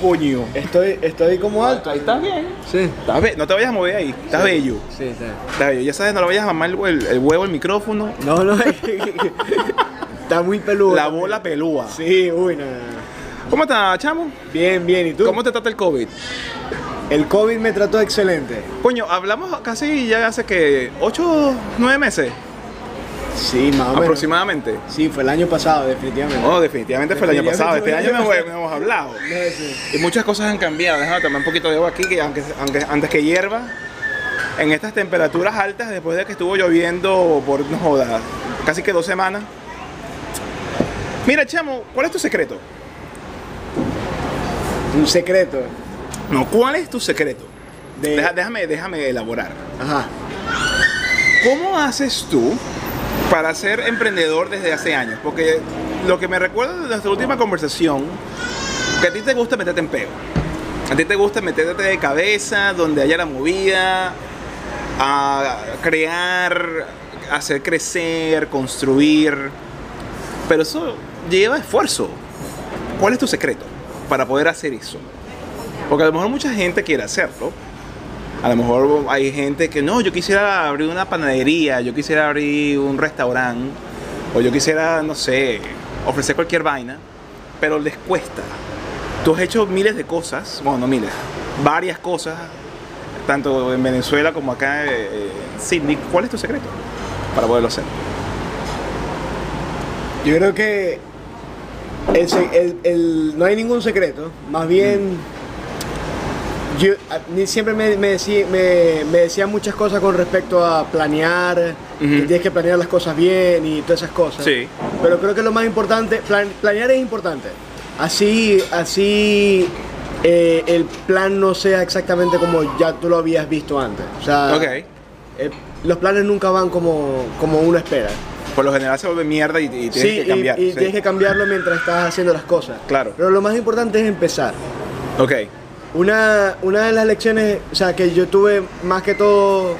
Coño. Estoy, estoy como alto. Ahí estás bien. Sí. Estás be- no te vayas a mover ahí. Estás bello. Sí, está bien. Estás bello. Ya sabes, no lo vayas a mamar el, hue- el huevo, el micrófono. No, no. está muy peludo. La bola pelúa. Sí, uy, no, no, no. ¿Cómo estás, chamo? Bien, bien. ¿Y tú? ¿Cómo te trata el COVID? El COVID me trató excelente. Coño, hablamos casi ya hace que 8, 9 meses Sí, más o menos. aproximadamente. Sí, fue el año pasado, definitivamente. No, Oh, definitivamente fue el año pasado. Este año Definitivamente no fue hemos, el no hemos hablado. No, sí. Y muchas cosas han cambiado. Déjame tomar un poquito de agua aquí, que aunque, aunque- antes que hierva, en estas temperaturas altas, después de que estuvo lloviendo por, no jodas, casi que dos semanas. Mira, chamo, ¿cuál es tu secreto? Un secreto. No, ¿cuál es tu secreto? De- Deja- déjame, déjame elaborar. Ajá. ¿Cómo haces tú para ser emprendedor desde hace años? Porque lo que me recuerdo de nuestra última conversación, que a ti te gusta meterte en peo. A ti te gusta meterte de cabeza, donde haya la movida, a crear, hacer crecer, construir. Pero eso lleva esfuerzo. ¿Cuál es tu secreto para poder hacer eso? Porque a lo mejor mucha gente quiere hacerlo, a lo mejor hay gente que no, yo quisiera abrir una panadería, yo quisiera abrir un restaurante, o yo quisiera, no sé, ofrecer cualquier vaina, pero les cuesta. Tú has hecho miles de cosas, bueno, no miles, varias cosas, tanto en Venezuela como acá eh, en Sydney. ¿Cuál es tu secreto para poderlo hacer? Yo creo que el se- el- el- no hay ningún secreto, más bien Mm. yo a mí siempre me, me, decí- me- me decían muchas cosas con respecto a planear, que Ujú. tienes que planear las cosas bien y todas esas cosas. Sí. Pero creo que lo más importante, plan- planear es importante. Así, así eh, el plan no sea exactamente como ya tú lo habías visto antes. O sea, Ok. eh, los planes nunca van como, como uno espera Por lo general se vuelve mierda y, y tienes sí, que cambiar. Y, y sí. tienes que cambiarlo mientras estás haciendo las cosas. Claro. Pero lo más importante es empezar. Ok. Una, una de las lecciones, o sea, que yo tuve más que todo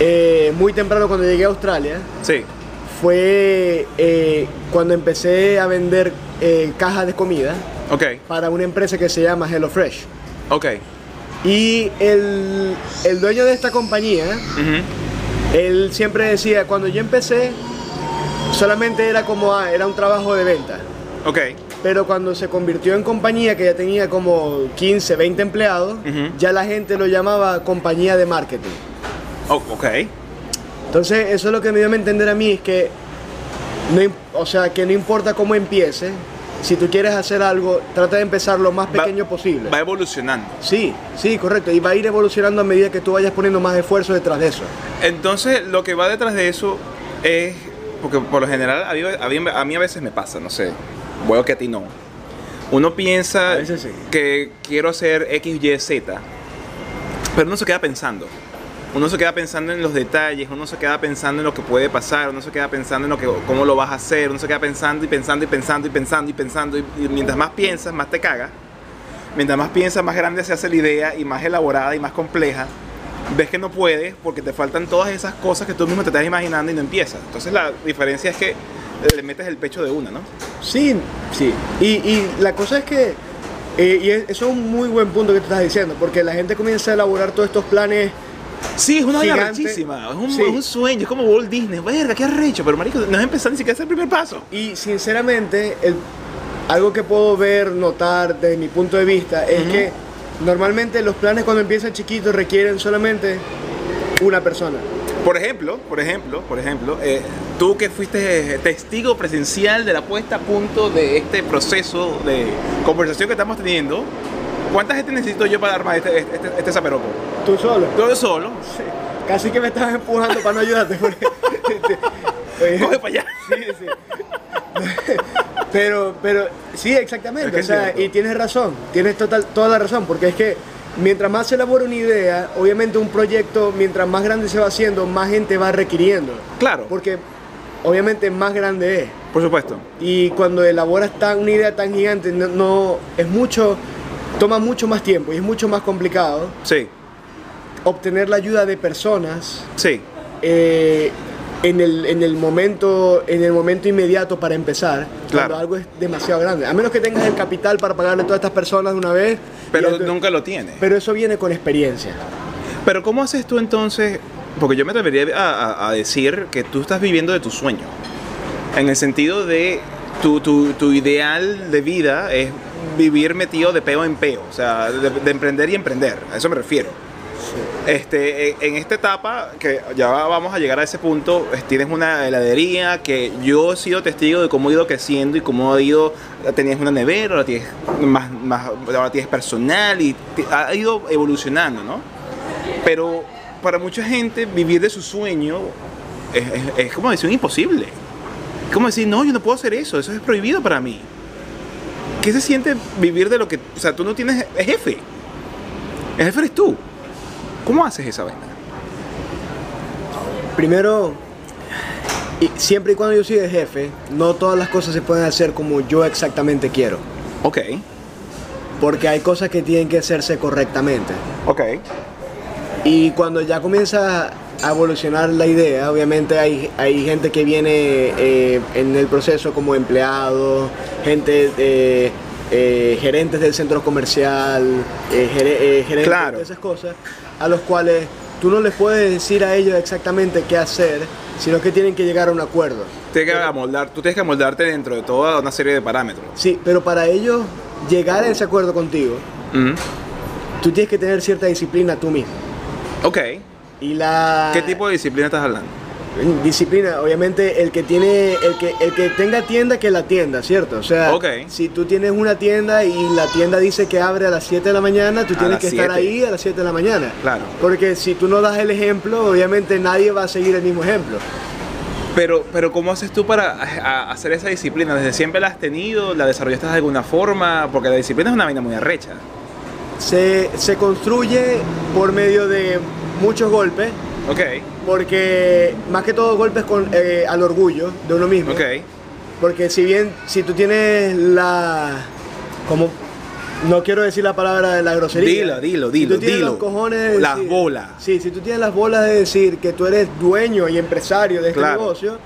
eh, muy temprano cuando llegué a Australia, Sí. fue eh, cuando empecé a vender eh, cajas de comida Ok. para una empresa que se llama HelloFresh. Ok. Y el, el dueño de esta compañía, Ujú. él siempre decía, cuando yo empecé, solamente era como, ah, era un trabajo de venta. Ok. Pero cuando se convirtió en compañía que ya tenía como 15, 20 empleados, Ujú. ya la gente lo llamaba compañía de marketing. Oh, ok. Entonces, eso es lo que me dio a entender a mí, es que no, im- o sea, que no importa cómo empieces, si tú quieres hacer algo, trata de empezar lo más Va- pequeño posible. Va evolucionando. Sí, sí, correcto. Y va a ir evolucionando a medida que tú vayas poniendo más esfuerzo detrás de eso. Entonces, lo que va detrás de eso es. Porque por lo general, a mí a, mí- a mí a veces me pasa, no sé. Bueno, que a ti no. Uno A piensa veces sí. que quiero hacer X, Y, Z. Pero uno se queda pensando. Uno se queda pensando en los detalles, uno se queda pensando en lo que puede pasar, uno se queda pensando en lo que, cómo lo vas a hacer, uno se queda pensando y pensando y pensando y pensando y pensando. Y, y mientras más piensas, más te cagas. Mientras más piensas, más grande se hace la idea y más elaborada y más compleja. Ves que no puedes porque te faltan todas esas cosas que tú mismo te estás imaginando y no empiezas. Entonces la diferencia es que le metes el pecho de una, ¿no? Sí, sí. Y, y la cosa es que, eh, y es- eso es un muy buen punto que tú estás diciendo, porque la gente comienza a elaborar todos estos planes Sí, es una vaina Gigante. rechísima. Es un, Sí. es un sueño, es como Walt Disney. Verga, qué arrecho. Pero marico, no has empezado ni siquiera a hacer el primer paso. Y sinceramente, el- algo que puedo ver, notar desde mi punto de vista, es Ujú. que normalmente los planes cuando empiezan chiquitos requieren solamente una persona. Por ejemplo, por ejemplo, por ejemplo, eh, tú que fuiste testigo presencial de la puesta a punto de este proceso de conversación que estamos teniendo, ¿cuánta gente necesito yo para armar este, este, este zaperoco? Tú solo. Todo solo. Casi que me estabas empujando para no ayudarte. porque- este, Oye, Coge para allá. sí, sí. pero, pero, sí, exactamente. Es que o sea, es cierto. y tienes razón, tienes total, toda la razón, porque es que mientras más se elabora una idea, obviamente un proyecto, mientras más grande se va haciendo, más gente va requiriendo. Claro, por, Porque obviamente más grande es. supuesto. Y cuando elaboras tan, una idea tan gigante, no, no- es mucho, toma mucho más tiempo y es mucho más complicado Sí, obtener la ayuda de personas sí. eh, en el, en el momento en el momento inmediato para empezar Claro. cuando algo es demasiado grande a menos que tengas el capital para pagarle a todas estas personas de una vez y Pero esto- nunca lo tiene. pero eso viene con experiencia Pero ¿cómo haces tú entonces? Porque yo me atrevería a, a- a decir que tú estás viviendo de tu sueño. En el sentido de tu, tu- tu ideal de vida es vivir metido de peo en peo. O sea, de, de emprender y emprender. A eso me refiero. Este, e- en esta etapa, que ya va- vamos a llegar a ese punto, es- tienes una heladería que yo he sido testigo de cómo ha ido creciendo y cómo ha ido, tenías una nevera, ahora tienes, más, más, ahora tienes personal y te- ha ido evolucionando, ¿no? Pero para mucha gente vivir de su sueño es, es- es como decir un imposible. Es como decir, no, yo no puedo hacer eso, eso es prohibido para mí. ¿Qué se siente vivir de lo que... O sea, tú no tienes jefe. El jefe eres tú. ¿Cómo haces esa vaina? primero y siempre y cuando yo soy el jefe no todas las cosas se pueden hacer como yo exactamente quiero Ok, porque hay cosas que tienen que hacerse correctamente ok, Y cuando ya comienza a evolucionar la idea, obviamente hay, hay gente que viene eh, en el proceso como empleado, gente, eh, eh, gerentes del centro comercial, eh, gere- eh, gerentes Claro. de esas cosas, a los cuales tú no les puedes decir a ellos exactamente qué hacer, sino que tienen que llegar a un acuerdo. Tienes que amoldar, tú tienes que amoldarte dentro de toda una serie de parámetros. Sí, pero para ellos llegar a ese acuerdo contigo, Mm, tú tienes que tener cierta disciplina tú mismo. Ok, Y la... ¿qué tipo de disciplina estás hablando? Disciplina, obviamente el que tiene, el que, el que tenga tienda que la tienda, ¿cierto? O sea, Ok. si tú tienes una tienda y la tienda dice que abre a las 7 de la mañana, tú A tienes las que estar 7. ahí a las 7 de la mañana. Claro. Porque si tú no das el ejemplo, obviamente nadie va a seguir el mismo ejemplo. Pero, pero ¿cómo haces tú para eh, a- a- hacer esa disciplina? ¿Desde siempre la has tenido? ¿La desarrollaste de alguna forma? Porque la disciplina es una vaina muy arrecha. Se, se construye por medio de muchos golpes, Ok, porque más que todo golpes con, eh, al orgullo de uno mismo. ok, Porque si bien, si tú tienes la... como No quiero decir la palabra de la grosería. Dilo, dilo, Si dilo, tú tienes dilo. los cojones de Las decir- bolas. Sí, si tú tienes las bolas de decir que tú eres dueño y empresario de este Claro. negocio,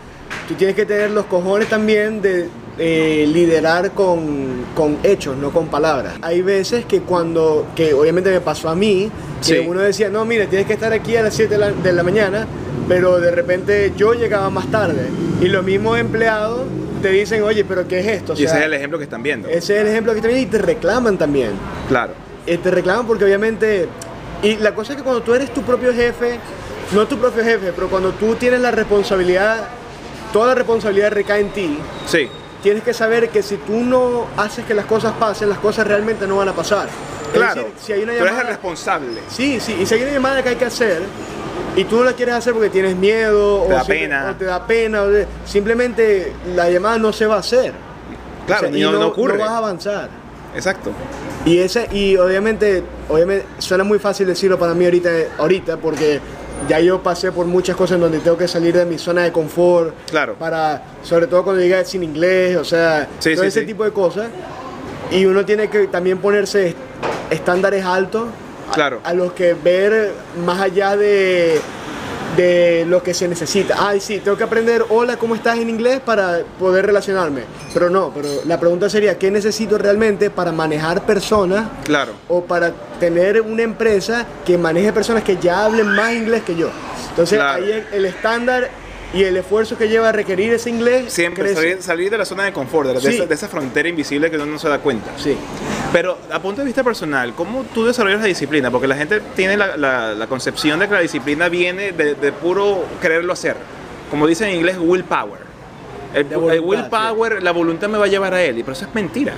tú tienes que tener los cojones también de eh, liderar con, con hechos, no con palabras. Hay veces que cuando, que obviamente me pasó a mí, que Sí. uno decía, no, mire, tienes que estar aquí a las 7 de la, de la mañana, pero de repente yo llegaba más tarde. Y los mismos empleados te dicen, oye, pero ¿qué es esto? O y ese sea, es el ejemplo que están viendo. ese es el ejemplo que también y te reclaman también Claro, eh, te reclaman porque obviamente y la cosa es que cuando tú eres tu propio jefe no tu propio jefe pero cuando tú tienes la responsabilidad toda la responsabilidad recae en ti sí, tienes que saber que si tú no haces que las cosas pasen las cosas realmente no van a pasar Es claro. decir, si hay una tú eres el llamada responsable. sí sí y si hay una llamada que hay que hacer y tú no la quieres hacer porque tienes miedo Te da simple- pena. o te da pena o de- simplemente la llamada no se va a hacer Claro, O sea, ni y no, no- no ocurre. no vas a avanzar Exacto. y ese, y obviamente, obviamente suena muy fácil decirlo para mí ahorita, ahorita porque ya yo pasé por muchas cosas en donde tengo que salir de mi zona de confort. Claro. Para, sobre todo cuando llegué sin inglés, o sea, Sí, todo sí, ese sí. tipo de cosas. Y uno tiene que también ponerse estándares altos a- Claro. a, los que ver más allá de, de lo que se necesita. Ay, sí, tengo que aprender hola, ¿cómo estás en inglés para poder relacionarme? Pero no, pero la pregunta sería, ¿qué necesito realmente para manejar personas Claro. o para tener una empresa que maneje personas que ya hablen más inglés que yo? Entonces Claro. ahí el, el estándar y el esfuerzo que lleva a requerir ese inglés Siempre crece. salir, salir de la zona de confort, de, la- de Sí. esa, de esa frontera invisible que uno no se da cuenta. Sí. Pero a punto de vista personal, ¿cómo tú desarrollas la disciplina? Porque la gente tiene la, la- la concepción de que la disciplina viene de, de puro quererlo hacer. Como dicen en inglés, willpower. El, De el voluntad, willpower, la voluntad me va a llevar a él, y pero eso es mentira.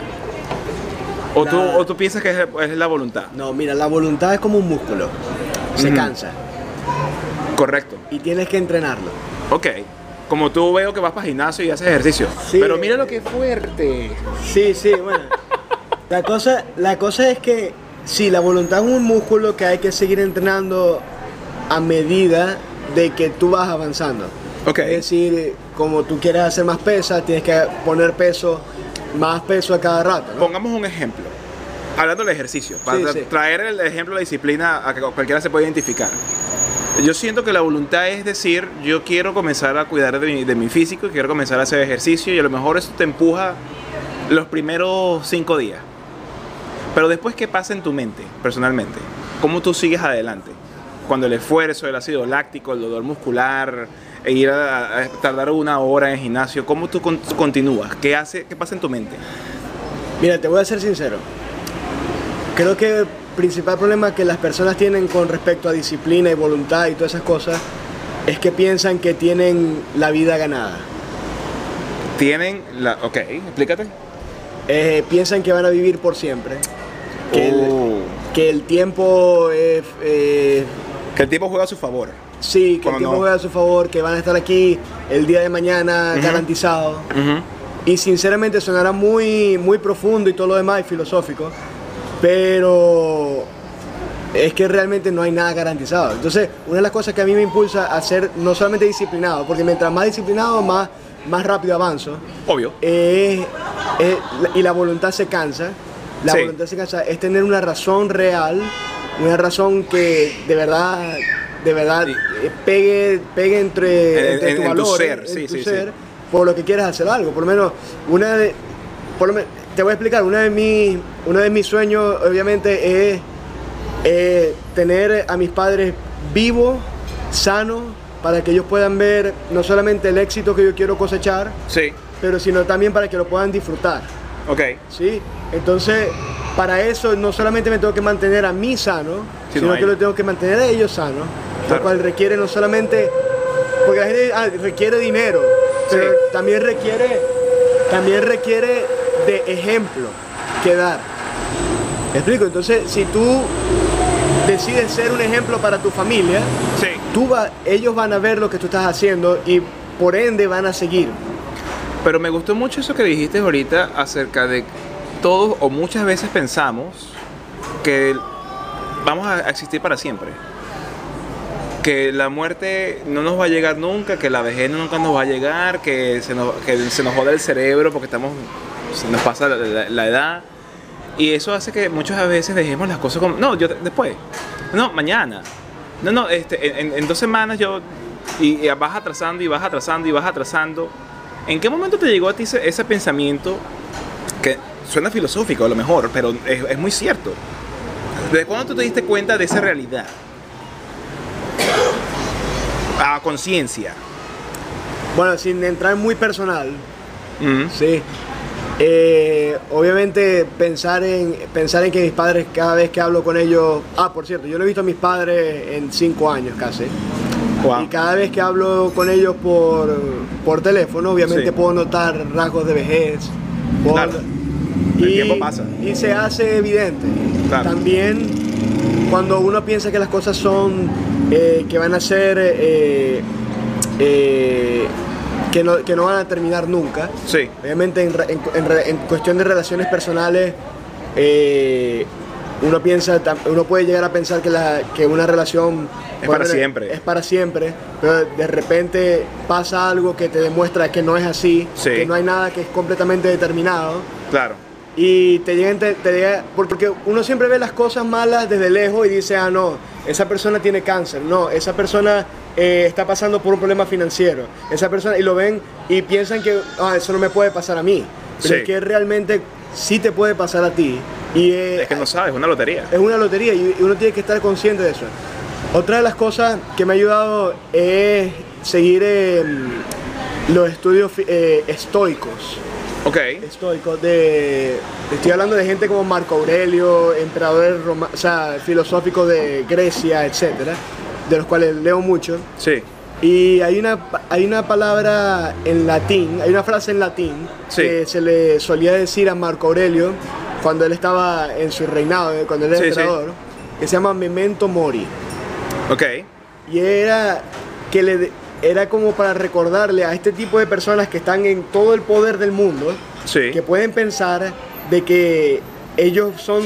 O, tú, La- o tú piensas que es, es la voluntad. No, mira, la voluntad es como un músculo. Se Ujú. cansa Correcto. y tienes que entrenarlo. Ok. Como tú veo que vas para gimnasio y haces ejercicio. Sí. Pero mira lo que fuerte. Sí, sí, bueno. La cosa, la cosa es que sí, la voluntad es un músculo que hay que seguir entrenando a medida de que tú vas avanzando. Ok. Es decir, como tú quieres hacer más pesas, tienes que poner peso, más peso a cada rato. ¿no? Pongamos un ejemplo. Hablando del ejercicio, para Sí, tra- sí. traer el ejemplo de disciplina a que cualquiera se pueda identificar. Yo siento que la voluntad es decir, yo quiero comenzar a cuidar de mi, de mi físico y quiero comenzar a hacer ejercicio y a lo mejor eso te empuja los primeros cinco días. Pero después, ¿qué pasa en tu mente, personalmente? ¿Cómo tú sigues adelante? Cuando el esfuerzo, el ácido láctico, el dolor muscular, e ir a, a tardar una hora en el gimnasio, ¿cómo tú con- continúas? ¿Qué, hace, ¿Qué pasa en tu mente? Mira, te voy a ser sincero. Creo que el principal problema que las personas tienen con respecto a disciplina y voluntad y todas esas cosas es que piensan que tienen la vida ganada. Tienen la... Ok, explícate. Eh, piensan que van a vivir por siempre. Que, Oh. el, que el tiempo es... eh, Que el tiempo juega a su favor. sí, que el Cuando tiempo no. juega a su favor, que van a estar aquí el día de mañana garantizado. Y sinceramente sonará muy, muy profundo y todo lo demás y filosófico, pero es que realmente no hay nada garantizado. Entonces, una de las cosas que a mí me impulsa a ser no solamente disciplinado, porque mientras más disciplinado, más, más rápido avanzo, Obvio. es- es- y la voluntad se cansa, la Sí. voluntad se cansa, es tener una razón real, una razón que de verdad, de verdad Sí. eh, pegue, pegue entre En- entre en- tus en tu valores, ser, sí, en tu sí, sí. ser, por lo que quieras hacer algo. Por lo menos, una de, por lo men- te voy a explicar, una de mis, uno de mis sueños, obviamente, es eh, tener a mis padres vivos, sanos, para que ellos puedan ver no solamente el éxito que yo quiero cosechar, Sí. pero sino también para que lo puedan disfrutar, Ok. ¿sí? Entonces, para eso no solamente me tengo que mantener a mí sano, Sí, sino no hay. que lo tengo que mantener a ellos sano, Claro. lo cual requiere no solamente, porque la gente ah, requiere dinero, pero Sí. también requiere, también requiere de ejemplo que dar. ¿Me explico? Entonces, si tú decides ser un ejemplo para tu familia, Sí. tú va- ellos van a ver lo que tú estás haciendo y por ende van a seguir. Pero me gustó mucho eso que dijiste ahorita acerca de todos o muchas veces pensamos que vamos a existir para siempre. Que la muerte no nos va a llegar nunca, que la vejez nunca nos va a llegar, que se nos, que se nos joda el cerebro porque estamos, se nos pasa la, la- la edad. Y eso hace que muchas veces dejemos las cosas como, no, yo te- después, no, mañana, no, no, este, en, en- en dos semanas yo, y, y vas atrasando y vas atrasando y vas atrasando. ¿En qué momento te llegó a ti ese, ese pensamiento que suena filosófico a lo mejor, pero es, es muy cierto? ¿Desde cuándo tú te diste cuenta de esa realidad? A conciencia. Bueno, sin entrar muy personal, Mm. sí. Eh, obviamente pensar en pensar en que mis padres cada vez que hablo con ellos, ah, por cierto, yo no he visto a mis padres en cinco años casi. Wow. Y cada vez que hablo con ellos por, por teléfono, obviamente Sí. puedo notar rasgos de vejez. puedo- Claro. El tiempo pasa. Y se hace evidente. Claro. También cuando uno piensa que las cosas son, eh, que van a ser, eh, eh, que, no, que no van a terminar nunca. Sí. Obviamente en, re- en cu- en re- en cuestión de relaciones personales, eh, uno piensa, tam- uno puede llegar a pensar que, la, que una relación Es para siempre. es para siempre, pero de repente pasa algo que te demuestra que no es así, Sí. que no hay nada que es completamente determinado Claro. y te llegan te, te llega- porque uno siempre ve las cosas malas desde lejos y dice ah no esa persona tiene cáncer no esa persona eh, está pasando por un problema financiero esa persona y lo ven y piensan que ah eso no me puede pasar a mí pero Sí. es que realmente sí te puede pasar a ti y eh, Es que no sabes, es una lotería. es una lotería y y uno tiene que estar consciente de eso. Otra de las cosas que me ha ayudado es seguir em, los estudios fi- eh, estoicos Ok. estoicos de estoy hablando de gente como Marco Aurelio, emperadores roma- o sea, filosóficos de Grecia, etcétera, de los cuales leo mucho. Sí. Y hay una hay una palabra en latín, hay una frase en latín Sí. que se le solía decir a Marco Aurelio cuando él estaba en su reinado, eh, cuando él era Sí, sí. emperador, que se llama memento mori. Ok. Y era que le de- era como para recordarle a este tipo de personas que están en todo el poder del mundo Sí. que pueden pensar de que ellos son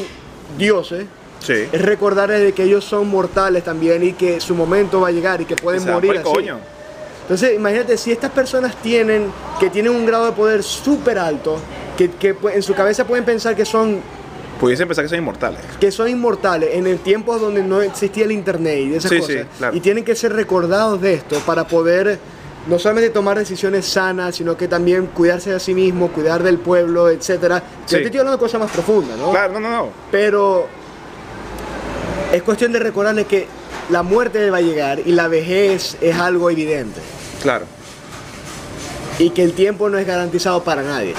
dioses, Sí. es recordarles de que ellos son mortales también y que su momento va a llegar y que pueden Se van por morir el así. coño. Entonces, imagínate si estas personas tienen que tienen un grado de poder súper alto, que, que pu- en su cabeza pueden pensar que son Pudiese pensar que son inmortales. que son inmortales en el tiempo donde no existía el internet y de esas Sí, cosas. sí, claro. Y tienen que ser recordados de esto para poder no solamente tomar decisiones sanas, sino que también cuidarse de sí mismo, cuidar del pueblo, etcétera. Yo Sí. te estoy hablando de cosas más profundas, ¿no? Claro, no, no, no. Pero es cuestión de recordarles que la muerte va a llegar y la vejez es algo evidente Claro. y que el tiempo no es garantizado para nadie.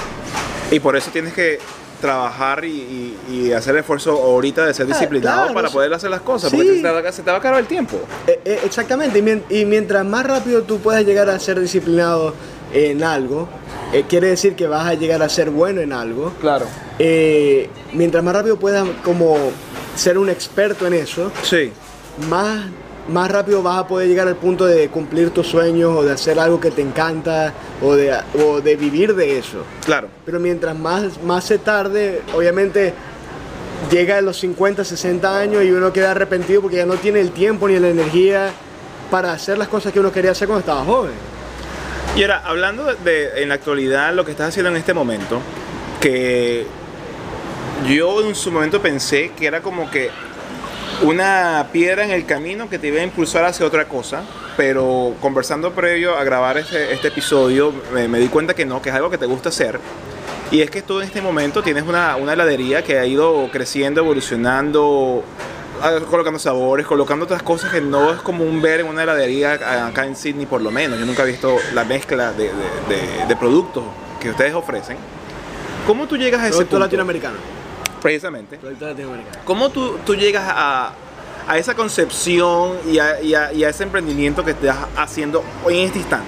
Y por eso tienes que trabajar y, y- y hacer el esfuerzo ahorita de ser Ah, disciplinado claro, para sí. poder hacer las cosas, Sí. porque se te, va- se te va a acabar el tiempo. Eh, eh, exactamente, y, mien- y mientras más rápido tú puedas llegar a ser disciplinado en algo, eh, quiere decir que vas a llegar a ser bueno en algo. Claro. Eh, mientras más rápido puedas como ser un experto en eso, Sí. más, más rápido vas a poder llegar al punto de cumplir tus sueños o de hacer algo que te encanta o de, o de vivir de eso. Claro. Pero mientras más, más se tarde, obviamente llega a los 50, 60 años y uno queda arrepentido porque ya no tiene el tiempo ni la energía para hacer las cosas que uno quería hacer cuando estaba joven. Y ahora, hablando de, de- en la actualidad, lo que estás haciendo en este momento, que yo en su momento pensé que era como que una piedra en el camino que te iba a impulsar hacia otra cosa, pero conversando previo a grabar este, este episodio, me, me di cuenta que no, que es algo que te gusta hacer. Y es que tú en este momento tienes una, una heladería que ha ido creciendo, evolucionando, ah, colocando sabores, colocando otras cosas que no es común ver en una heladería a- acá en Sydney por lo menos. Yo nunca he visto la mezcla de, de- de- de productos que ustedes ofrecen. ¿Cómo tú llegas a ese Producto punto? latinoamericano. Precisamente. Producto latinoamericano. ¿Cómo tú, tú llegas a, a esa concepción y a, y a- y a ese emprendimiento que estás haciendo hoy en este instante?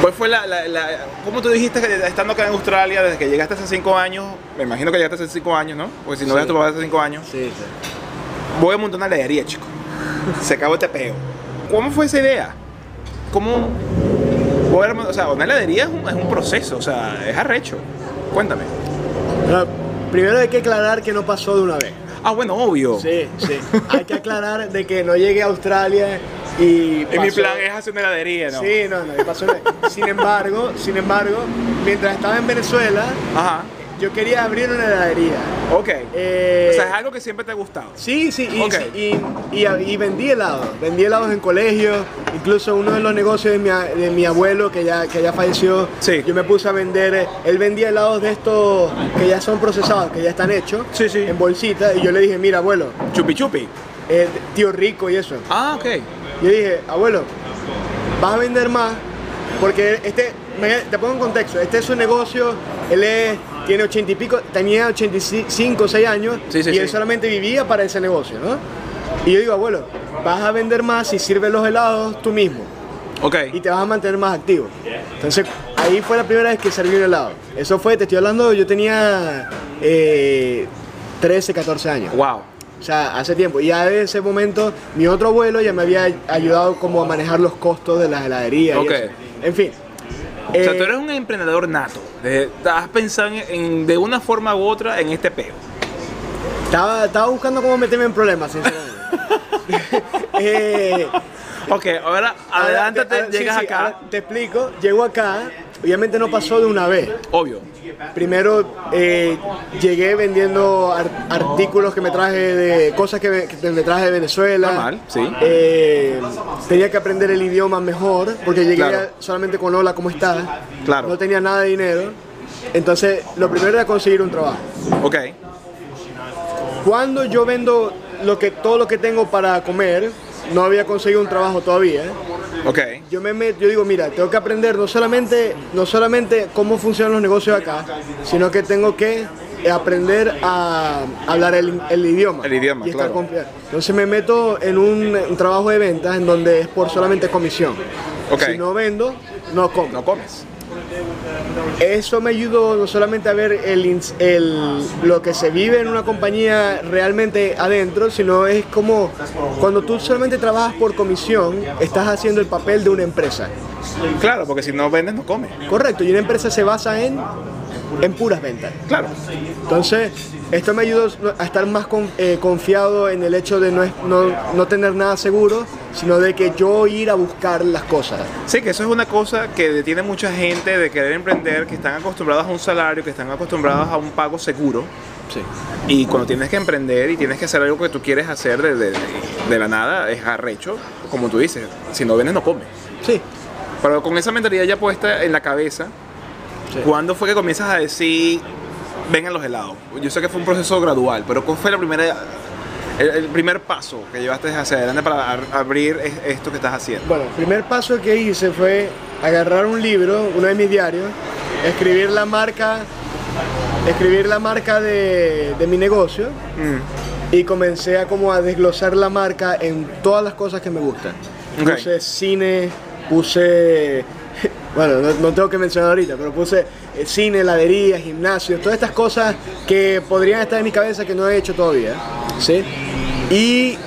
¿Cuál fue la, la- la- ¿Cómo tú dijiste que estando acá en Australia, desde que llegaste hace cinco años, me imagino que llegaste hace cinco años, ¿no? Porque si no Sí. llegaste hace cinco años, Sí, sí. voy a montar una heladería, chico. Se acabó este peo. ¿Cómo fue esa idea? ¿Cómo...? voy a armar- O sea, una heladería es un, es un proceso, o sea, es arrecho. Cuéntame. Pero primero hay que aclarar que no pasó de una vez. Ah, bueno, obvio. Sí, sí. Hay que aclarar de que no llegué a Australia y... Y mi pasó- plan es hacer una heladería, ¿no? Sí, no, no, y pasó una vez. Sin embargo, sin embargo, mientras estaba en Venezuela, Ajá. yo quería abrir una heladería. Ok. Eh, o sea, es algo que siempre te ha gustado. Sí, sí, y, Ok. sí, y- y- y vendí helados. Vendí helados en colegios. Incluso uno de los negocios de mi, a- de mi abuelo, que ya, que ya falleció, Sí. yo me puse a vender. eh, Él vendía helados de estos que ya son procesados, que ya están hechos, Sí, sí. en bolsita. Y yo le dije, mira, abuelo, Chupi chupi. eh, tío rico y eso. Ah, ok. Yo dije, abuelo, vas a vender más porque este, me- te pongo en contexto, este es su negocio, él es- tiene ochenta y pico, tenía 85 o 6 años Sí, sí, y él sí. solamente vivía para ese negocio, ¿no? Y yo digo, abuelo, vas a vender más si sirves los helados tú mismo Ok. y te vas a mantener más activo. Entonces, ahí fue la primera vez que serví un helado. Eso fue, te estoy hablando, yo tenía eh, 13, 14 años. Wow. O sea, hace tiempo. Y ya desde ese momento, mi otro abuelo ya me había ayudado como a manejar los costos de las heladerías. y Ok. eso. En fin. o sea, Eh, tú eres un emprendedor nato. De- has pensado en, en- de una forma u otra en este peo. estaba, estaba buscando cómo meterme en problemas, sinceramente. Eh, Ok, ahora ahora- adelántate, ahora- sí, llegas sí, acá. ahora te explico. Llego acá. Obviamente no pasó de una vez. Obvio. Primero eh, llegué vendiendo ar- artículos que me traje de cosas que me, que me traje de Venezuela. Normal, sí. Eh, tenía que aprender el idioma mejor porque llegué Claro. solamente con hola, ¿cómo estás? Claro. No tenía nada de dinero. Entonces, lo primero era conseguir un trabajo. Ok. Cuando yo vendo lo que, todo lo que tengo para comer, no había conseguido un trabajo todavía. Ok. Yo me meto, yo digo, mira, tengo que aprender no solamente, no solamente cómo funcionan los negocios acá, sino que tengo que aprender a hablar el, el idioma. El idioma, y estar claro. confiado. Entonces me meto en un, un trabajo de ventas en donde es por solamente comisión. Ok. Si no vendo, no compro. No comes. Eso me ayudó no solamente a ver el, ins- el- lo que se vive en una compañía realmente adentro, sino es como cuando tú solamente trabajas por comisión, estás haciendo el papel de una empresa. Claro, porque si no vendes, no comes. Correcto, y una empresa se basa en, en puras ventas. Claro. Entonces, esto me ayudó a estar más con- eh, confiado en el hecho de no, es- no, no tener nada seguro, sino de que yo ir a buscar las cosas. Sí, que eso es una cosa que detiene mucha gente de querer emprender, que están acostumbrados a un salario, que están acostumbrados a un pago seguro. Sí. Y cuando tienes que emprender y tienes que hacer algo que tú quieres hacer de, de- de la nada, es arrecho, como tú dices, si no vienes no comes. Sí. Pero con esa mentalidad ya puesta en la cabeza, sí. ¿cuándo fue que comienzas a decir, vengan los helados? Yo sé que fue un proceso gradual, pero ¿cuál fue la primera, el, el primer paso que llevaste hacia adelante para ar- abrir es- esto que estás haciendo? Bueno, el primer paso que hice fue agarrar un libro, uno de mis diarios, escribir la marca, escribir la marca de, de mi negocio Mm, y comencé a como a desglosar la marca en todas las cosas que me gustan. Ok. Puse cine, puse, bueno, no, no tengo que mencionar ahorita, pero puse eh, cine, heladería, gimnasio, todas estas cosas que podrían estar en mi cabeza que no he hecho todavía, ¿sí? Y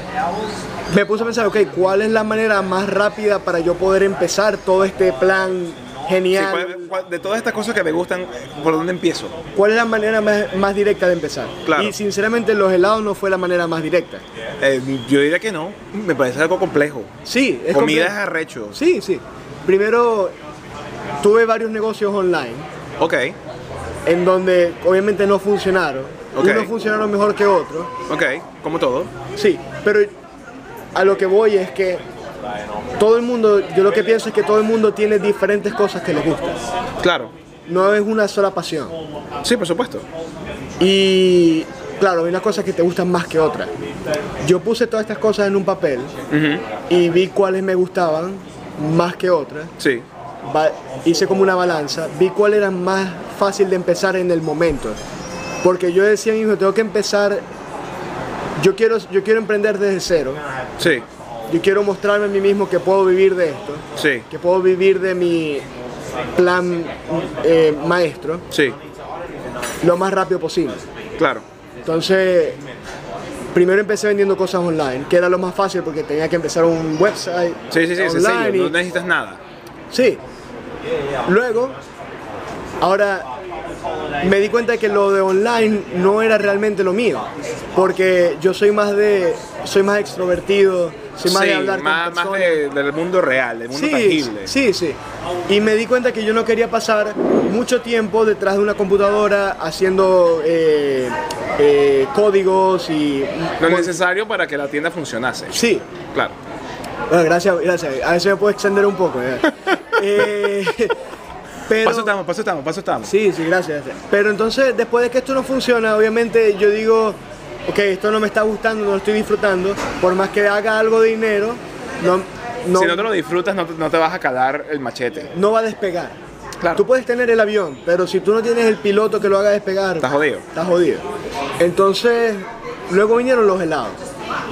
me puse a pensar, ok, ¿cuál es la manera más rápida para yo poder empezar todo este plan sí, genial? ¿cuál- cuál- de todas estas cosas que me gustan, ¿por dónde empiezo? ¿Cuál es la manera más, más directa de empezar? Claro. Y sinceramente los helados no fue la manera más directa. Eh, yo diría que no, me parece algo complejo. Sí, es Comida es complejo. arrecho. Sí, sí. Primero tuve varios negocios online Ok, en donde obviamente no funcionaron. Ok. Unos funcionaron mejor que otros. ok, como todo. Sí, pero a lo que voy es que todo el mundo, yo lo que pienso es que todo el mundo tiene diferentes cosas que les gustan. Claro. No es una sola pasión. Sí, por supuesto. Y claro, hay unas cosas que te gustan más que otras. Yo puse todas estas cosas en un papel Ujú, y vi cuáles me gustaban más que otras. Sí. Ba- hice como una balanza, vi cuál era más fácil de empezar en el momento. Porque yo decía, hijo, tengo que empezar, yo quiero, yo quiero emprender desde cero, Sí, yo quiero mostrarme a mí mismo que puedo vivir de esto, sí, que puedo vivir de mi plan eh, maestro sí, lo más rápido posible. claro. Entonces, primero empecé vendiendo cosas online, que era lo más fácil porque tenía que empezar un website. Sí, sí, sí, online sencillo, y- no necesitas nada. Sí. Luego, ahora me di cuenta de que lo de online no era realmente lo mío, porque yo soy más de, soy más extrovertido, soy más sí, de hablar más, con más personas. de- del mundo real, del mundo Sí, tangible. sí, sí. Y me di cuenta que yo no quería pasar mucho tiempo detrás de una computadora haciendo eh, eh, códigos y... Lo necesario para que la tienda funcionase. Sí, Claro. bueno, gracias, gracias. A veces me puedo extender un poco. ¿eh? Eh, pero... Paso estamos, paso estamos, paso estamos. Sí, sí, gracias, gracias. Pero entonces, después de que esto no funciona, obviamente yo digo, ok, esto no me está gustando, no lo estoy disfrutando, por más que haga algo de dinero, no, no, Si no te lo disfrutas, no te, no te vas a calar el machete. no va a despegar. Claro. Tú puedes tener el avión, pero si tú no tienes el piloto que lo haga despegar, Estás jodido. estás jodido. Entonces, luego vinieron los helados,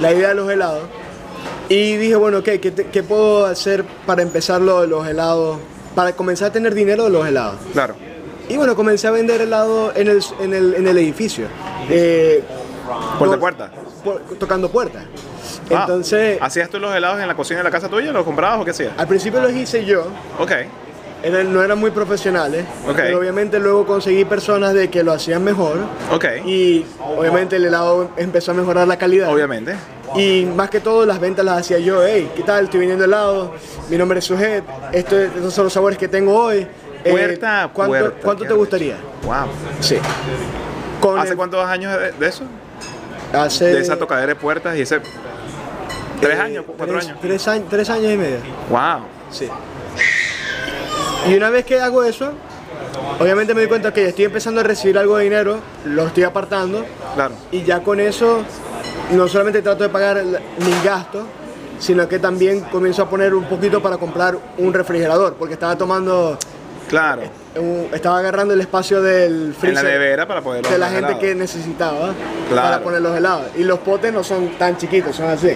la idea de los helados, y dije, bueno, ok, ¿qué, te- qué puedo hacer para empezar lo de los helados, para comenzar a tener dinero de los helados? Claro. Y bueno, comencé a vender helado en el, en el, en el edificio. Eh, Puerta a no- puerta. Ah. por- tocando puertas. Wow. Entonces, ¿Hacías tú los helados en la cocina de la casa tuya? ¿Los comprabas o qué hacías? al principio los hice yo, Ok. era- no eran muy profesionales, Ok. pero obviamente luego conseguí personas de que lo hacían mejor Ok. y obviamente el helado empezó a mejorar la calidad. Obviamente. Y más que todo, las ventas las hacía yo. Hey, ¿qué tal? Estoy vendiendo helado. Mi nombre es Sujet. Esto, estos son los sabores que tengo hoy. Eh, Puerta a ¿cuánto, puerta, ¿Cuánto qué te arrecho. gustaría? Wow. Sí. Con ¿Hace el- cuántos años de, de eso? hace- De esa tocadera de puertas y ese. ¿Tres Eh, años? cu- ¿Cuatro tres- años? Tres, años- tres años y medio. Wow. Sí. Y una vez que hago eso, obviamente me doy cuenta que estoy empezando a recibir algo de dinero, lo estoy apartando, Claro. y ya con eso no solamente trato de pagar el- mis gastos, sino que también comienzo a poner un poquito para comprar un refrigerador, porque estaba tomando, Claro. un- estaba agarrando el espacio del En la freezer nevera para poder de la los gente helados. que necesitaba Claro. para poner los helados. Y los potes no son tan chiquitos, son así.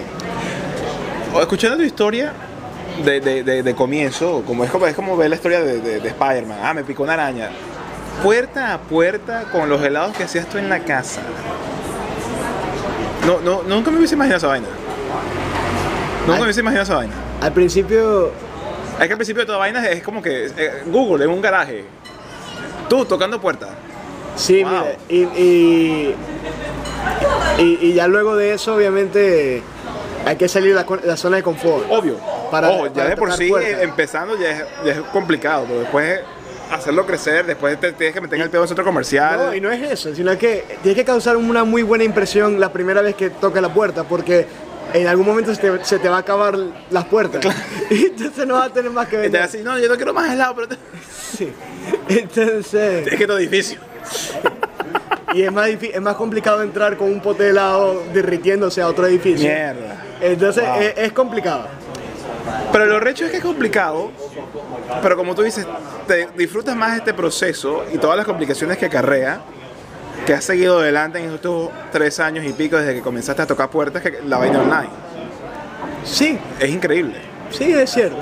O- Escuchando tu historia de, de- de- de comienzo, como es, como es como ver la historia de, de- de Spider-Man. Ah, me picó una araña. Puerta a puerta con los helados que hacías tú en la casa. No, no, nunca me hubiese imaginado esa vaina. Nunca Ay. me hubiese imaginado esa vaina. Al principio Es que al principio de toda vaina es como que eh, Google en un garaje. Tú tocando puertas. Sí, Wow. mira, y, y, y- y ya luego de eso, obviamente, hay que salir de la, co- de la zona de confort. Obvio. Para- Ojo, ya para de por tocar sí puertas. eh, empezando ya es, ya es complicado, pero después hacerlo crecer, después te tienes que meter en el pedo en un centro comercial. No, y no es eso, sino que tienes que causar una muy buena impresión la primera vez que toca la puerta, porque en algún momento se te, se te va a acabar las puertas. Y entonces no vas a tener más que Y te vender. vas a decir, no, yo no quiero más helado, pero te- Sí. Entonces, es que todo difícil. y es más, difí- es más complicado entrar con un pote de helado derritiéndose a otro edificio. Mierda. Entonces, Wow. es, es complicado. Pero lo recho es que es complicado, pero como tú dices, te disfrutas más este proceso y todas las complicaciones que acarrea, que has seguido adelante en estos tres años y pico desde que comenzaste a tocar puertas, que la vaina online. Sí, Es increíble. Sí, es cierto.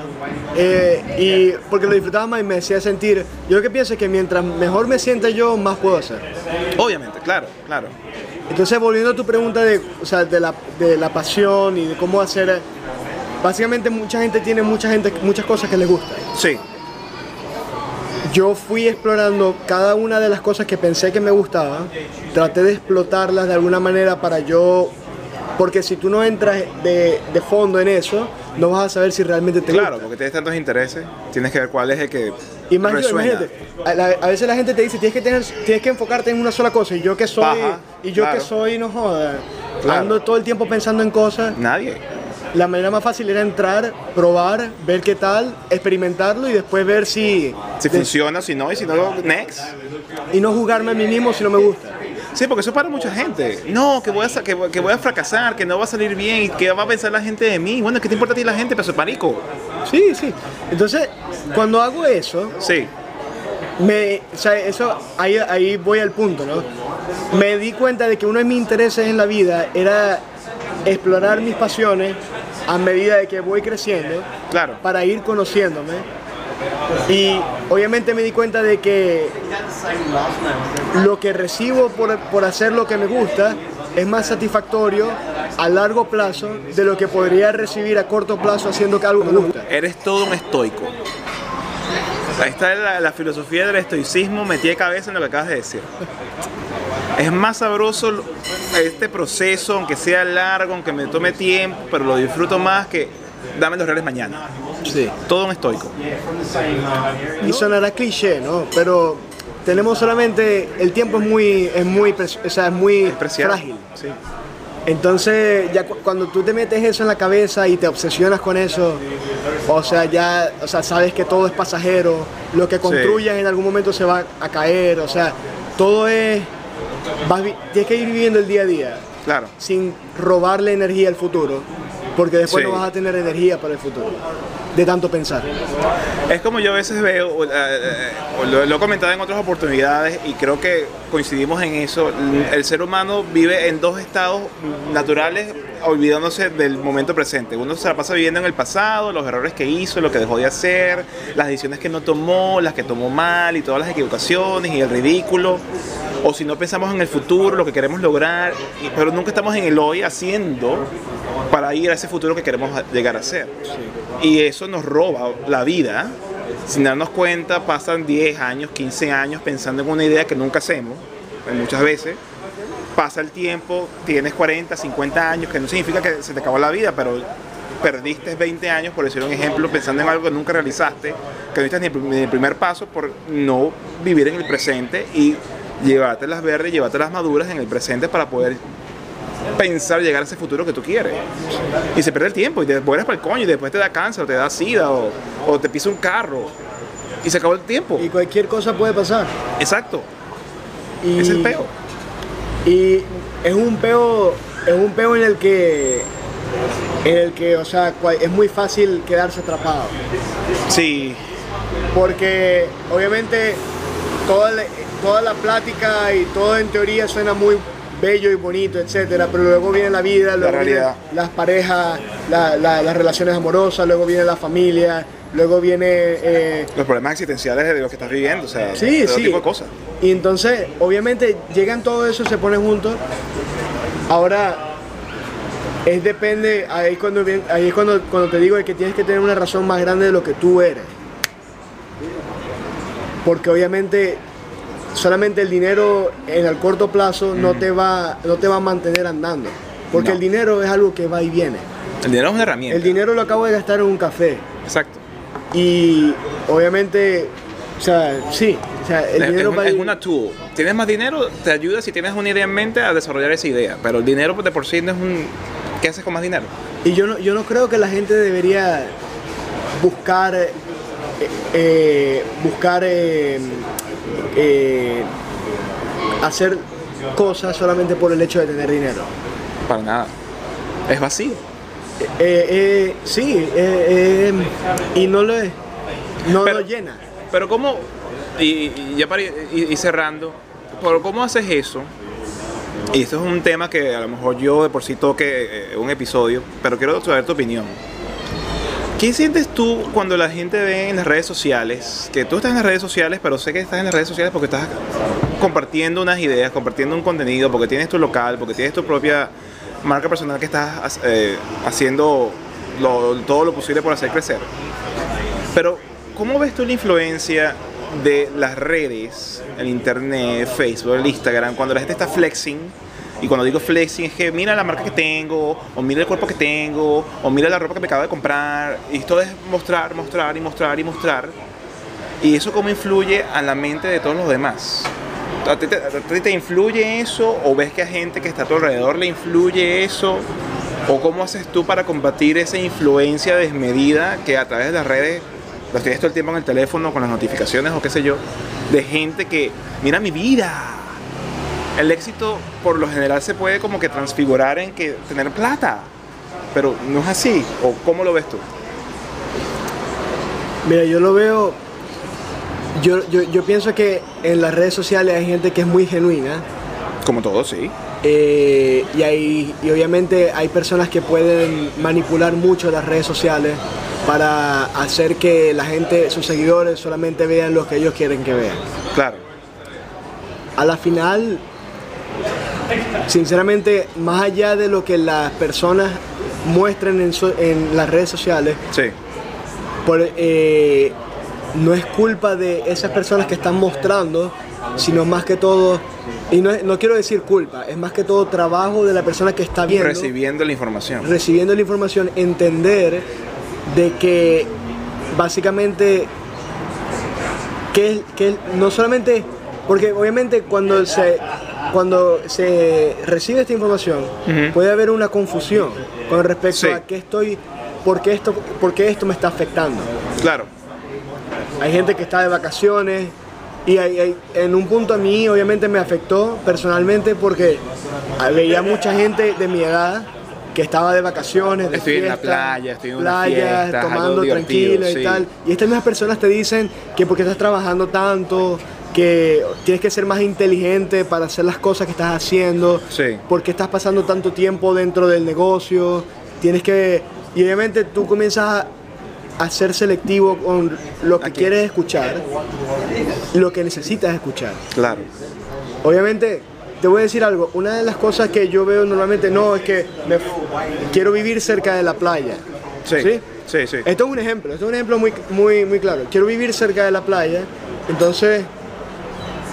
Eh, y porque lo disfrutaba más y me hacía sentir. Yo lo que pienso es que mientras mejor me sienta yo, más puedo hacer. Obviamente, claro, claro. Entonces, volviendo a tu pregunta de, o sea, de, la, de la pasión y de cómo hacer. eh, Básicamente, mucha gente tiene mucha gente, muchas cosas que les gustan. Sí, Yo fui explorando cada una de las cosas que pensé que me gustaban. Traté de explotarlas de alguna manera para yo. Porque si tú no entras de, de fondo en eso, no vas a saber si realmente te gusta. claro, porque tienes tantos intereses, tienes que ver cuál es el que Y más yo, resuena. imagínate, a, la- a veces la gente te dice, tienes que, tener, tienes que enfocarte en una sola cosa, y yo que soy, Paja, y yo claro. que soy, no joda, Claro. ando todo el tiempo pensando en cosas, Nadie. la manera más fácil era entrar, probar, ver qué tal, experimentarlo y después ver si... Si de- funciona, si no, y si no, next. y no jugarme a mí mismo si no me gusta. Sí, porque eso para mucha gente. No, que voy, a, sa- que, voy- que voy a fracasar, que no va a salir bien, y que va a pensar la gente de mí. Bueno, ¿qué te importa a ti la gente? Pero soy parico. Sí, sí. Entonces, cuando hago eso, Sí, me, o sea, eso, ahí, ahí voy al punto, ¿no? Me di cuenta de que uno de mis intereses en la vida era explorar mis pasiones a medida de que voy creciendo claro. para ir conociéndome. Y obviamente me di cuenta de que lo que recibo por, por hacer lo que me gusta es más satisfactorio a largo plazo de lo que podría recibir a corto plazo haciendo algo que me gusta. Eres todo un estoico. Ahí está la, la filosofía del estoicismo metida de cabeza en lo que acabas de decir. Es más sabroso lo- este proceso, aunque sea largo, aunque me tome tiempo, pero lo disfruto más que dame los reales mañana. Sí. Todo un estoico. Y sonará cliché, ¿no? Pero tenemos solamente. El tiempo es muy. Es muy. pres- O sea, es muy Preciado. frágil. Sí. Entonces, ya cu- cuando tú te metes eso en la cabeza y te obsesionas con eso, o sea, ya. O sea, sabes que todo es pasajero. Lo que construyas en algún momento se va a caer. O sea, todo es. vas vi- tienes que ir viviendo el día a día Claro. sin robarle energía al futuro. Porque después Sí. no vas a tener energía para el futuro. De tanto pensar. Es como yo a veces veo, o, eh, eh, o lo, lo he comentado en otras oportunidades y creo que coincidimos en eso, l- el ser humano vive en dos estados naturales olvidándose del momento presente. Uno se la pasa viviendo en el pasado, los errores que hizo, lo que dejó de hacer, las decisiones que no tomó, las que tomó mal y todas las equivocaciones y el ridículo. O si no pensamos en el futuro, lo que queremos lograr, y- pero nunca estamos en el hoy haciendo para ir a ese futuro que queremos a- llegar a ser. Y eso nos roba la vida. ¿eh? Sin darnos cuenta, pasan 10 años, 15 años pensando en una idea que nunca hacemos, eh, muchas veces. Pasa el tiempo, tienes 40, 50 años, que no significa que se te acabó la vida, pero perdiste 20 años, por decir un ejemplo, pensando en algo que nunca realizaste, que no diste ni el prim- ni el primer paso por no vivir en el presente y llevarte las verdes, llevarte las maduras en el presente para poder pensar llegar a ese futuro que tú quieres. Y se pierde el tiempo y te vuelves para el coño y después te da cáncer o te da sida o, o te pisa un carro y se acabó el tiempo. Y cualquier cosa puede pasar. Exacto, Y, es el peo. Y es un peo, es un peo en el que, en el que, o sea, cual- es muy fácil quedarse atrapado. Sí, Porque obviamente toda la, toda la plática y todo en teoría suena muy bello y bonito, etcétera, pero luego viene la vida, luego vienen realidad. las parejas, la- la- las relaciones amorosas, luego viene la familia, luego viene eh, los problemas existenciales de lo que estás viviendo, o sea, Sí, todo sí. tipo de cosas. Y entonces, obviamente, llegan todo eso, se ponen juntos. Ahora, es depende, ahí es cuando, vien- ahí es cuando, cuando te digo de que tienes que tener una razón más grande de lo que tú eres. Porque obviamente solamente el dinero en el corto plazo no, te va, no te va a mantener andando. Porque No. el dinero es algo que va y viene. El dinero es una herramienta. El dinero lo acabo de gastar en un café. Exacto. Y obviamente sea, sí. O sea, el es, dinero es va un- a es ir- una tool. Tienes más dinero, te ayuda si tienes una idea en mente a desarrollar esa idea. Pero el dinero de por sí no es un. ¿Qué haces con más dinero? Y yo no, yo no creo que la gente debería buscar eh, eh, buscar eh, eh, hacer cosas solamente por el hecho de tener dinero. Para nada. Es vacío. Eh, eh, sí, eh, eh, y no lo es. No Pero- lo llena. Pero cómo, y, y ya para ir y- y cerrando, pero cómo haces eso, y esto es un tema que a lo mejor yo de por sí toque eh, un episodio, pero quiero saber tu opinión. ¿Qué sientes tú cuando la gente ve en las redes sociales, que tú estás en las redes sociales, pero sé que estás en las redes sociales porque estás compartiendo unas ideas, compartiendo un contenido, porque tienes tu local, porque tienes tu propia marca personal que estás eh, haciendo lo- todo lo posible por hacer crecer? Pero, ¿cómo ves tú la influencia de las redes, el internet, Facebook, el Instagram, cuando la gente está flexing? Y cuando digo flexing es que mira la marca que tengo, o mira el cuerpo que tengo, o mira la ropa que me acabo de comprar. Y todo es mostrar, mostrar y mostrar y mostrar. Y eso cómo influye a la mente de todos los demás. ¿A ti te, a ti te influye eso? ¿O ves que a gente que está a tu alrededor le influye eso? ¿O cómo haces tú para combatir esa influencia desmedida que a través de las redes, los tienes todo el tiempo en el teléfono, con las notificaciones o qué sé yo, de gente que, mira mi vida? El éxito por lo general se puede como que transfigurar en que tener plata, pero no es así. ¿O cómo lo ves tú? Mira, yo lo veo. Yo, yo, yo pienso que en las redes sociales hay gente que es muy genuina. Como todo, sí. Eh, y, hay, y obviamente hay personas que pueden manipular mucho las redes sociales para hacer que la gente, sus seguidores, solamente vean lo que ellos quieren que vean. Claro. A la final, sinceramente, más allá de lo que las personas muestren en, so- en las redes sociales, Sí. por, eh, no es culpa de esas personas que están mostrando, sino más que todo, y no, es- no quiero decir culpa, es más que todo trabajo de la persona que está viendo, Recibiendo la información. recibiendo la información, entender de que básicamente, que, es- que es- no solamente, porque obviamente cuando se... Cuando se recibe esta información, Ujú. puede haber una confusión con respecto Sí. a qué estoy, por qué esto, por qué esto me está afectando. Claro. Hay gente que está de vacaciones y hay- hay- en un punto a mí obviamente me afectó personalmente porque veía mucha gente de mi edad que estaba de vacaciones, de Estoy en la fiesta, playa, estoy en una playas, fiesta, algo tomando divertido, tranquilo sí. y tal. Y estas mismas personas te dicen que porque estás trabajando tanto, que tienes que ser más inteligente para hacer las cosas que estás haciendo, Sí. porque estás pasando tanto tiempo dentro del negocio, tienes que... Y obviamente tú comienzas a, a ser selectivo con lo que Aquí. quieres escuchar, lo que necesitas escuchar. Claro. Obviamente, te voy a decir algo, una de las cosas que yo veo normalmente, no, es que me- quiero vivir cerca de la playa. Sí. Sí, ¿Sí? Eh, sí. Esto es un ejemplo, esto es un ejemplo muy, muy, muy claro. Quiero vivir cerca de la playa, entonces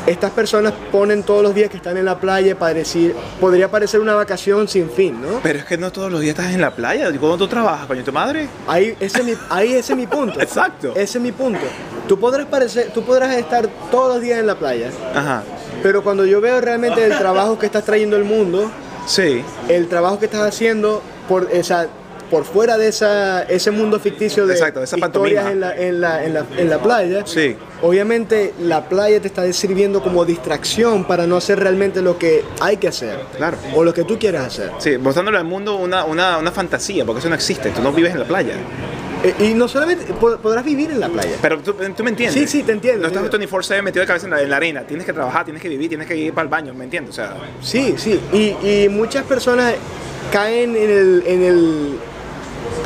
estas personas ponen todos los días que están en la playa para decir, podría parecer una vacación sin fin, ¿no? Pero es que no todos los días estás en la playa. ¿Cuándo tú trabajas, coño, tu madre? Ahí ese es mi, ahí ese es mi punto. Exacto. Ese es mi punto. Tú podrás, parecer, tú podrás estar todos los días en la playa, Ajá. pero cuando yo veo realmente el trabajo que estás trayendo al mundo, Sí. el trabajo que estás haciendo por esa por fuera de esa, ese mundo ficticio de Exacto, de esa historias pantomima. en la, en, la, en, la, en la playa, Sí. obviamente la playa te está sirviendo como distracción para no hacer realmente lo que hay que hacer Claro. o lo que tú quieres hacer. Sí, mostrándole al mundo una, una, una fantasía, porque eso no existe. Tú no vives en la playa. E- y no solamente po- podrás vivir en la playa. Pero tú, tú me entiendes. Sí, sí, te entiendo, No te estás entiendo. 24-7 metido de cabeza en la, en la arena. Tienes que trabajar, tienes que vivir, tienes que ir para el baño, ¿me entiendes? O sea, Sí, sí. Y, y muchas personas caen en el, en el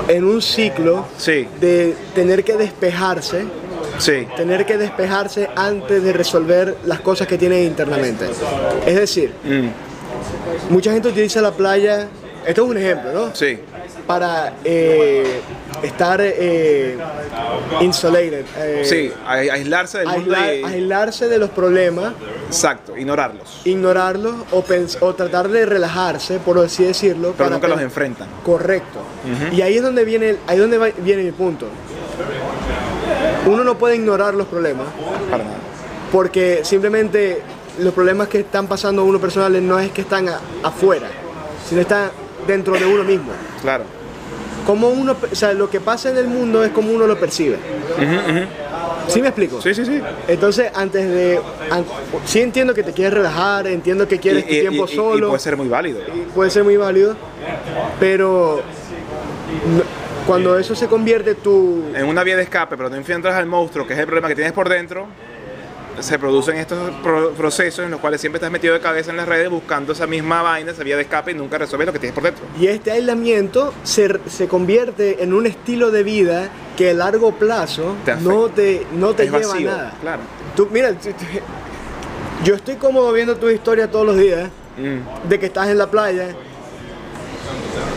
en un ciclo Sí. de tener que despejarse sí. tener que despejarse antes de resolver las cosas que tiene internamente. Es decir, Mm, mucha gente utiliza la playa, esto es un ejemplo, ¿no? sí. Para eh, estar eh, insulated, eh, Sí, a- aislarse del mundo aislar- y. aislarse de los problemas, Exacto, ignorarlos. ignorarlos o, pens- o tratar de relajarse, por así decirlo. Pero nunca los pen- enfrentan. Correcto. Y ahí es donde viene, ahí es donde va- viene mi punto. uno no puede ignorar los problemas, Para nada. porque simplemente los problemas que están pasando a uno personales no es que están a- afuera, sino están dentro de uno mismo. Claro. Como uno, o sea, lo que pasa en el mundo es como uno lo percibe. ¿Sí me explico? Sí, sí, sí. Entonces, antes de. an- sí entiendo que te quieres relajar, entiendo que quieres tu tiempo y- pues y solo. puede ser muy válido. puede ser muy válido, pero no- cuando eso se convierte tu En una vía de escape, pero no enfrentas al monstruo, que es el problema que tienes por dentro, se producen estos pro- procesos en los cuales siempre estás metido de cabeza en las redes buscando esa misma vaina, esa vía de escape y nunca resuelves lo que tienes por dentro. y este aislamiento se, se convierte en un estilo de vida que a largo plazo Te afecta. no te no te es lleva a vacío. nada. Claro. Tú mira, tú- tú- yo estoy cómodo viendo tu historia todos los días Mm. de que estás en la playa.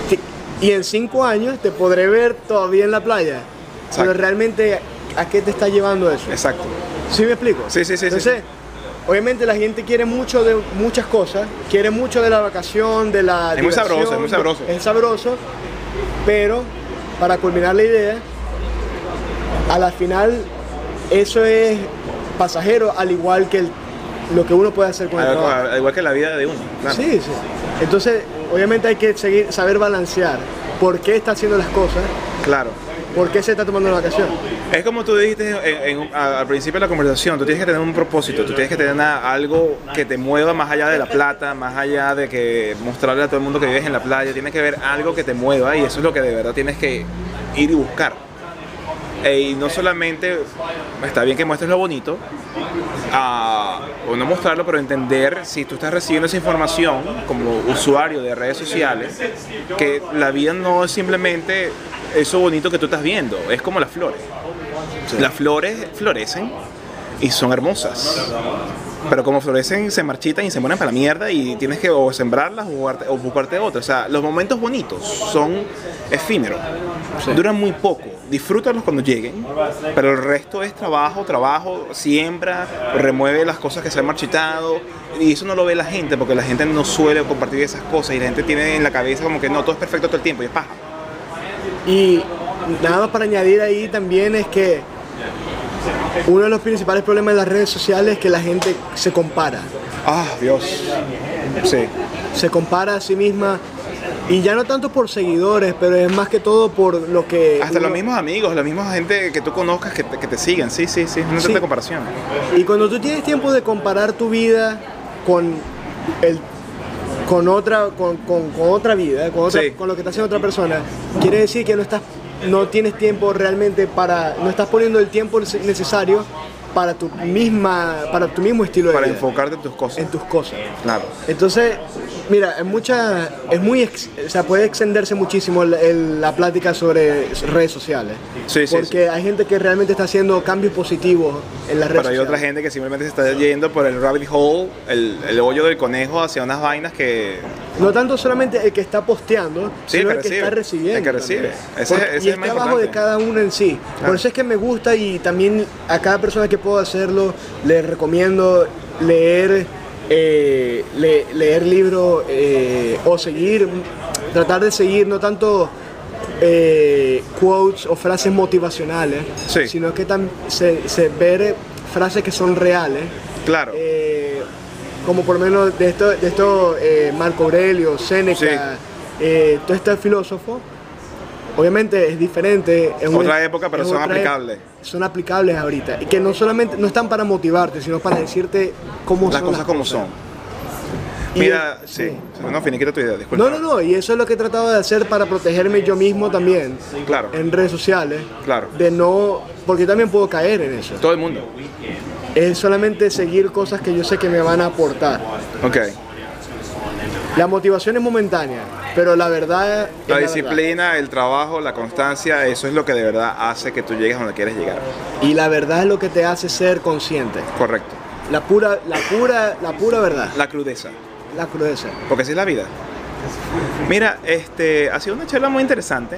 que- Y en cinco años te podré ver todavía en la playa. Pero Exacto. realmente, ¿a qué te está llevando eso? Exacto. ¿Sí me explico? Sí, sí, sí, sí, Entonces, sí. obviamente la gente quiere mucho de muchas cosas, quiere mucho de la vacación, de la. Es muy diversión, sabroso, es muy sabroso. Es sabroso, pero para culminar la idea, a la final eso es pasajero, al igual que el- lo que uno puede hacer con el Al- trabajo. al- igual que la vida de uno. claro. Sí, sí. Entonces, obviamente hay que seguir, saber balancear por qué está haciendo las cosas, Claro. por qué se está tomando la vacación. Es como tú dijiste en- en- a- al principio de la conversación, tú tienes que tener un propósito, tú tienes que tener una- algo que te mueva más allá de la plata, más allá de que mostrarle a todo el mundo que vives en la playa, tienes que ver algo que te mueva y eso es lo que de verdad tienes que ir y buscar. E- y no solamente, está bien que muestres lo bonito, a- o no mostrarlo, pero entender si tú estás recibiendo esa información como usuario de redes sociales, que la vida no es simplemente eso bonito que tú estás viendo, es como las flores. Las flores florecen y son hermosas. Pero como florecen, se marchitan y se mueren para la mierda y tienes que o sembrarlas o, jugarte- o buscarte otra. O sea, los momentos bonitos son efímeros. Duran muy poco. Disfrútalos cuando lleguen. Pero el resto es trabajo, trabajo, siembra, remueve las cosas que se han marchitado. Y eso no lo ve la gente porque la gente no suele compartir esas cosas y la gente tiene en la cabeza como que no, todo es perfecto todo el tiempo y es paja. Y nada más para añadir ahí también es que uno de los principales problemas de las redes sociales es que la gente se compara, Ah, Dios. Sí. se compara a sí misma y ya no tanto por seguidores, pero es más que todo por lo que... Hasta uno- los mismos amigos, la misma gente que tú conozcas que te, que te sigan, sí, sí, sí, es una Sí. cierta comparación. Y cuando tú tienes tiempo de comparar tu vida con el con otra con, con- con otra vida, con otra- Sí. con lo que está haciendo otra persona, quiere decir que no estás no tienes tiempo realmente para no estás poniendo el tiempo nece- necesario para tu misma para tu mismo estilo de Para vida, enfocarte en tus cosas. en tus cosas. Claro. Entonces, mira, es mucha es muy ex- o sea, puede extenderse muchísimo el- el- la plática sobre redes sociales. Sí, sí, porque hay gente que realmente está haciendo cambios positivos en las redes Pero hay sociales. otra gente que simplemente se está yendo por el rabbit hole, el, el hoyo del conejo hacia unas vainas que... No tanto solamente el que está posteando, Sí, sino el el que que recibe, está recibiendo. el que recibe. también. Ese- Porque- ese es y el está más abajo de importante. cada uno en sí. Claro. Por eso es que me gusta y también a cada persona que puedo hacerlo, les recomiendo leer, eh, le- leer libros eh, o seguir, tratar de seguir no tanto eh, quotes o frases motivacionales, Sí. sino que tam- se, se ver frases que son reales. Claro. Eh, como por lo menos de esto, de esto eh, Marco Aurelio, Seneca, Sí. eh, todo este filósofo, obviamente es diferente. Es Otra época, pero es son otra aplicables. ep- Son aplicables ahorita. Y que no solamente, no están para motivarte, sino para decirte cómo las son. cosas como son. Y- Mira, sí. sí. No, finiquita tu idea, disculpa. No, no, no, y eso es lo que he tratado de hacer para protegerme yo mismo también Claro, en redes sociales. Claro. De no, porque yo también puedo caer en eso. todo el mundo. Es solamente seguir cosas que yo sé que me van a aportar. Ok. La motivación es momentánea, pero la verdad es La la disciplina, el trabajo, la constancia, eso es lo que de verdad hace que tú llegues a donde quieres llegar. verdad. Y la verdad es lo que te hace ser consciente. Correcto. La pura, la pura, la pura verdad, La crudeza. la crudeza. Porque así es la vida. Mira, este, ha sido una charla muy interesante,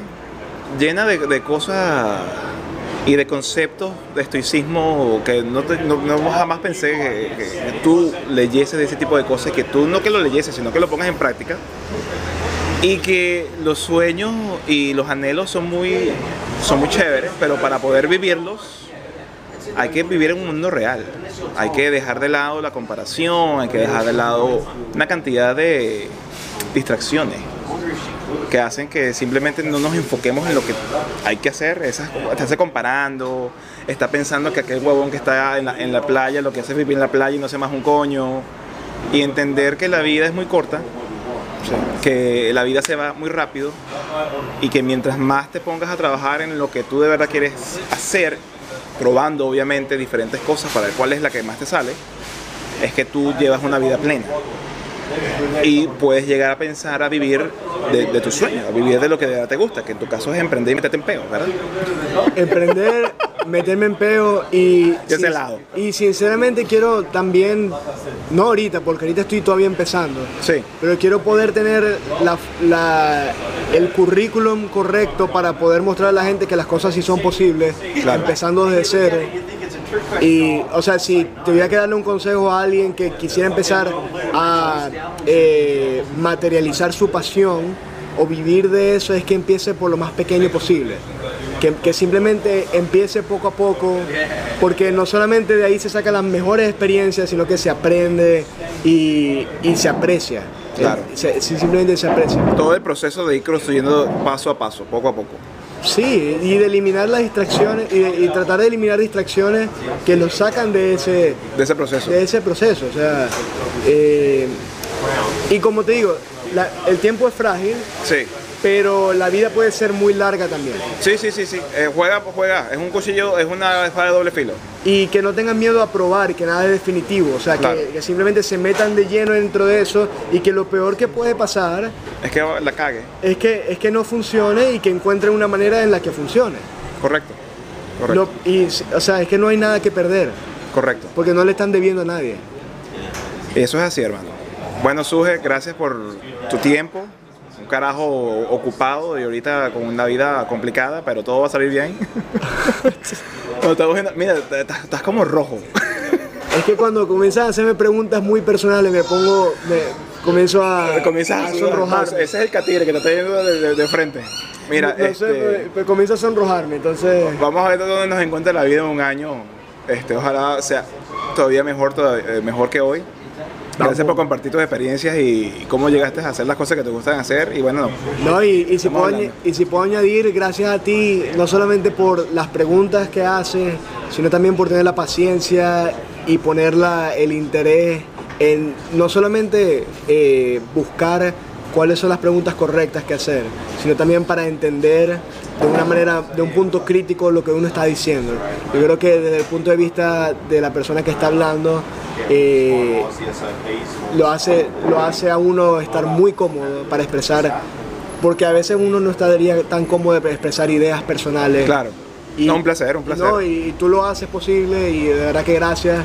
llena de, de cosas y de conceptos de estoicismo que no, te- no- no jamás pensé que, que tú leyeses de ese tipo de cosas, que tú no que lo leyeses, sino que lo pongas en práctica. y que los sueños y los anhelos son muy, son muy chéveres, pero para poder vivirlos hay que vivir en un mundo real. Hay que dejar de lado la comparación, hay que dejar de lado una cantidad de distracciones que hacen que simplemente no nos enfoquemos en lo que hay que hacer, esas, estarse comparando, está pensando que aquel huevón que está en la, en la playa, lo que hace es vivir en la playa y no hace más un coño, y entender que la vida es muy corta, que la vida se va muy rápido y que mientras más te pongas a trabajar en lo que tú de verdad quieres hacer, probando obviamente diferentes cosas para ver cuál es la que más te sale, es que tú llevas una vida plena y puedes llegar a pensar a vivir de, de tus sueños, a vivir de lo que de verdad te gusta, que en tu caso es emprender y meterte en peo, ¿verdad? Emprender, meterme en peo y. De ese lado. Y sinceramente quiero también, no ahorita, porque ahorita estoy todavía empezando, Sí. pero quiero poder tener la, la- el currículum correcto para poder mostrar a la gente que las cosas sí son posibles, Claro. empezando desde cero. Y, o sea, si tuviera que darle un consejo a alguien que quisiera empezar a eh, materializar su pasión o vivir de eso, es que empiece por lo más pequeño posible. Que, que simplemente empiece poco a poco, porque no solamente de ahí se sacan las mejores experiencias, sino que se aprende y, y se aprecia. Claro. Se- se- simplemente se aprecia. Todo el proceso de ir construyendo paso a paso, poco a poco. Sí, y de eliminar las distracciones, y, de- y tratar de eliminar distracciones que lo sacan de ese, De ese proceso. de ese proceso. O sea, eh, y como te digo, la- el tiempo es frágil, Sí. pero la vida puede ser muy larga también. Sí, sí, sí, sí. Eh, juega, pues juega. Es un cuchillo, es una espada de doble filo. Y que no tengan miedo a probar, que nada es definitivo. O sea, que- Claro. que, simplemente se metan de lleno dentro de eso y que lo peor que puede pasar Es que la cague. es que, es que no funcione y que encuentren una manera en la que funcione. Correcto. Correcto. Lo- y, o sea, es que no hay nada que perder, Correcto. porque no le están debiendo a nadie. Eso es así, hermano. Bueno, Suje, gracias por tu tiempo. Un carajo ocupado y ahorita con una vida complicada, pero todo va a salir bien. No, estamos viendo- mira, t- t- estás como rojo. Es que cuando comienzas a hacerme preguntas muy personales, me pongo, me comienzo a, Comienzas a sonrojar. sonrojarme. Ese es el catire que te está yendo de, de- de frente. Mira, no este, sé, pues, pues comienza a sonrojarme, entonces vamos a ver dónde nos encuentra la vida en un año. Este, ojalá sea todavía mejor, todavía- eh, mejor que hoy. Gracias por compartir tus experiencias y cómo llegaste a hacer las cosas que te gustan hacer. Y bueno, no, no y, y si Estamos puedo hablando. añ- y si puedo añadir gracias a ti no solamente por las preguntas que haces, sino también por tener la paciencia y ponerla el interés en no solamente eh, buscar cuáles son las preguntas correctas que hacer, sino también para entender de una manera, de un punto crítico lo que uno está diciendo. Yo creo que desde el punto de vista de la persona que está hablando, eh, lo hace, lo hace a uno estar muy cómodo para expresar, porque a veces uno no estaría tan cómodo de expresar ideas personales. Claro. No, un placer, un placer. No, y tú lo haces posible y de verdad que gracias.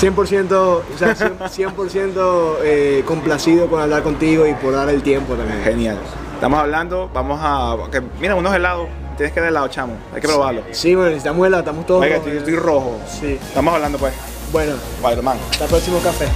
100%, o sea, 100%, eh, complacido con hablar contigo y por dar el tiempo también. Genial. Estamos hablando, vamos a. que- mira, unos helados. Tienes que dar helado, chamo. Hay que probarlo. Sí, bueno, necesitamos helado, estamos todos. Venga, estoy, estoy rojo. Sí. Estamos hablando, pues. Bueno, Vale, hermano. hasta el próximo café.